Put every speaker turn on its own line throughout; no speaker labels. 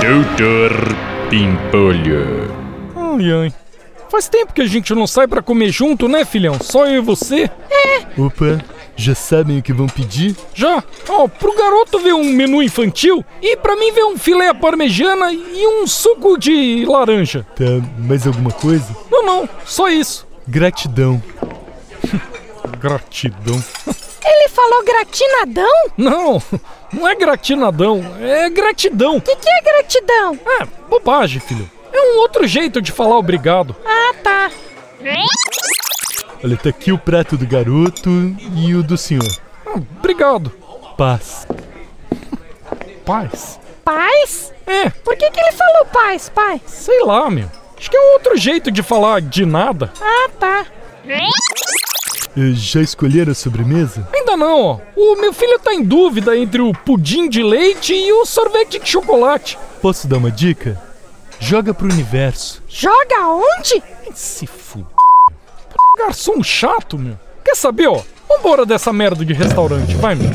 Doutor Pimpolho.
Ai, ai. Faz tempo que a gente não sai pra comer junto, né, filhão? Só eu e você?
Opa, já sabem o que vão pedir?
Já? Ó, pro garoto ver um menu infantil e pra mim ver um filé à parmegiana e um suco de laranja.
Tá, mais alguma coisa?
Não, não, só isso.
Gratidão.
Gratidão.
Ele falou gratinadão? O
Não, não é gratinadão, é gratidão.
que, que é gratidão?
É, bobagem, filho. É um outro jeito de falar obrigado.
Ah, tá.
Olha, tá aqui o prato do garoto e o do senhor.
Ah, obrigado.
Paz.
Paz.
Paz?
É,
Por que, que ele falou paz, pai?
sei lá, meu. Acho que é um outro jeito de falar de nada.
Ah, tá.
Eh, Já escolheram a sobremesa?
Ainda não, ó. O meu filho tá em dúvida entre o pudim de leite e o sorvete de chocolate.
Posso dar uma dica? Joga pro universo.
Joga onde?
Ai, se fu... Garçom chato, meu. Quer saber, ó? Vambora dessa merda de restaurante, vai, meu.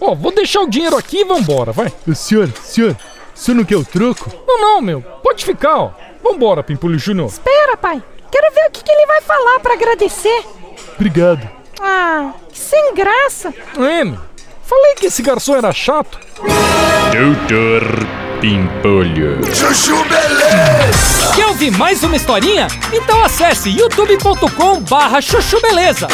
Ó, vou deixar o dinheiro aqui e vambora, vai.
Eh, Senhor, senhor, o senhor não quer o troco?
Não, não, meu. Pode ficar, ó. Vambora, Pimpolho Júnior.
Pera, pai. Quero ver o que, que ele vai falar pra agradecer.
Obrigado.
Ah, que sem graça.
É, meu. Falei que esse garçom era chato.
Doutor Pimpolho.
Quer ouvir mais uma historinha? Então acesse youtube.com barra chuchu beleza.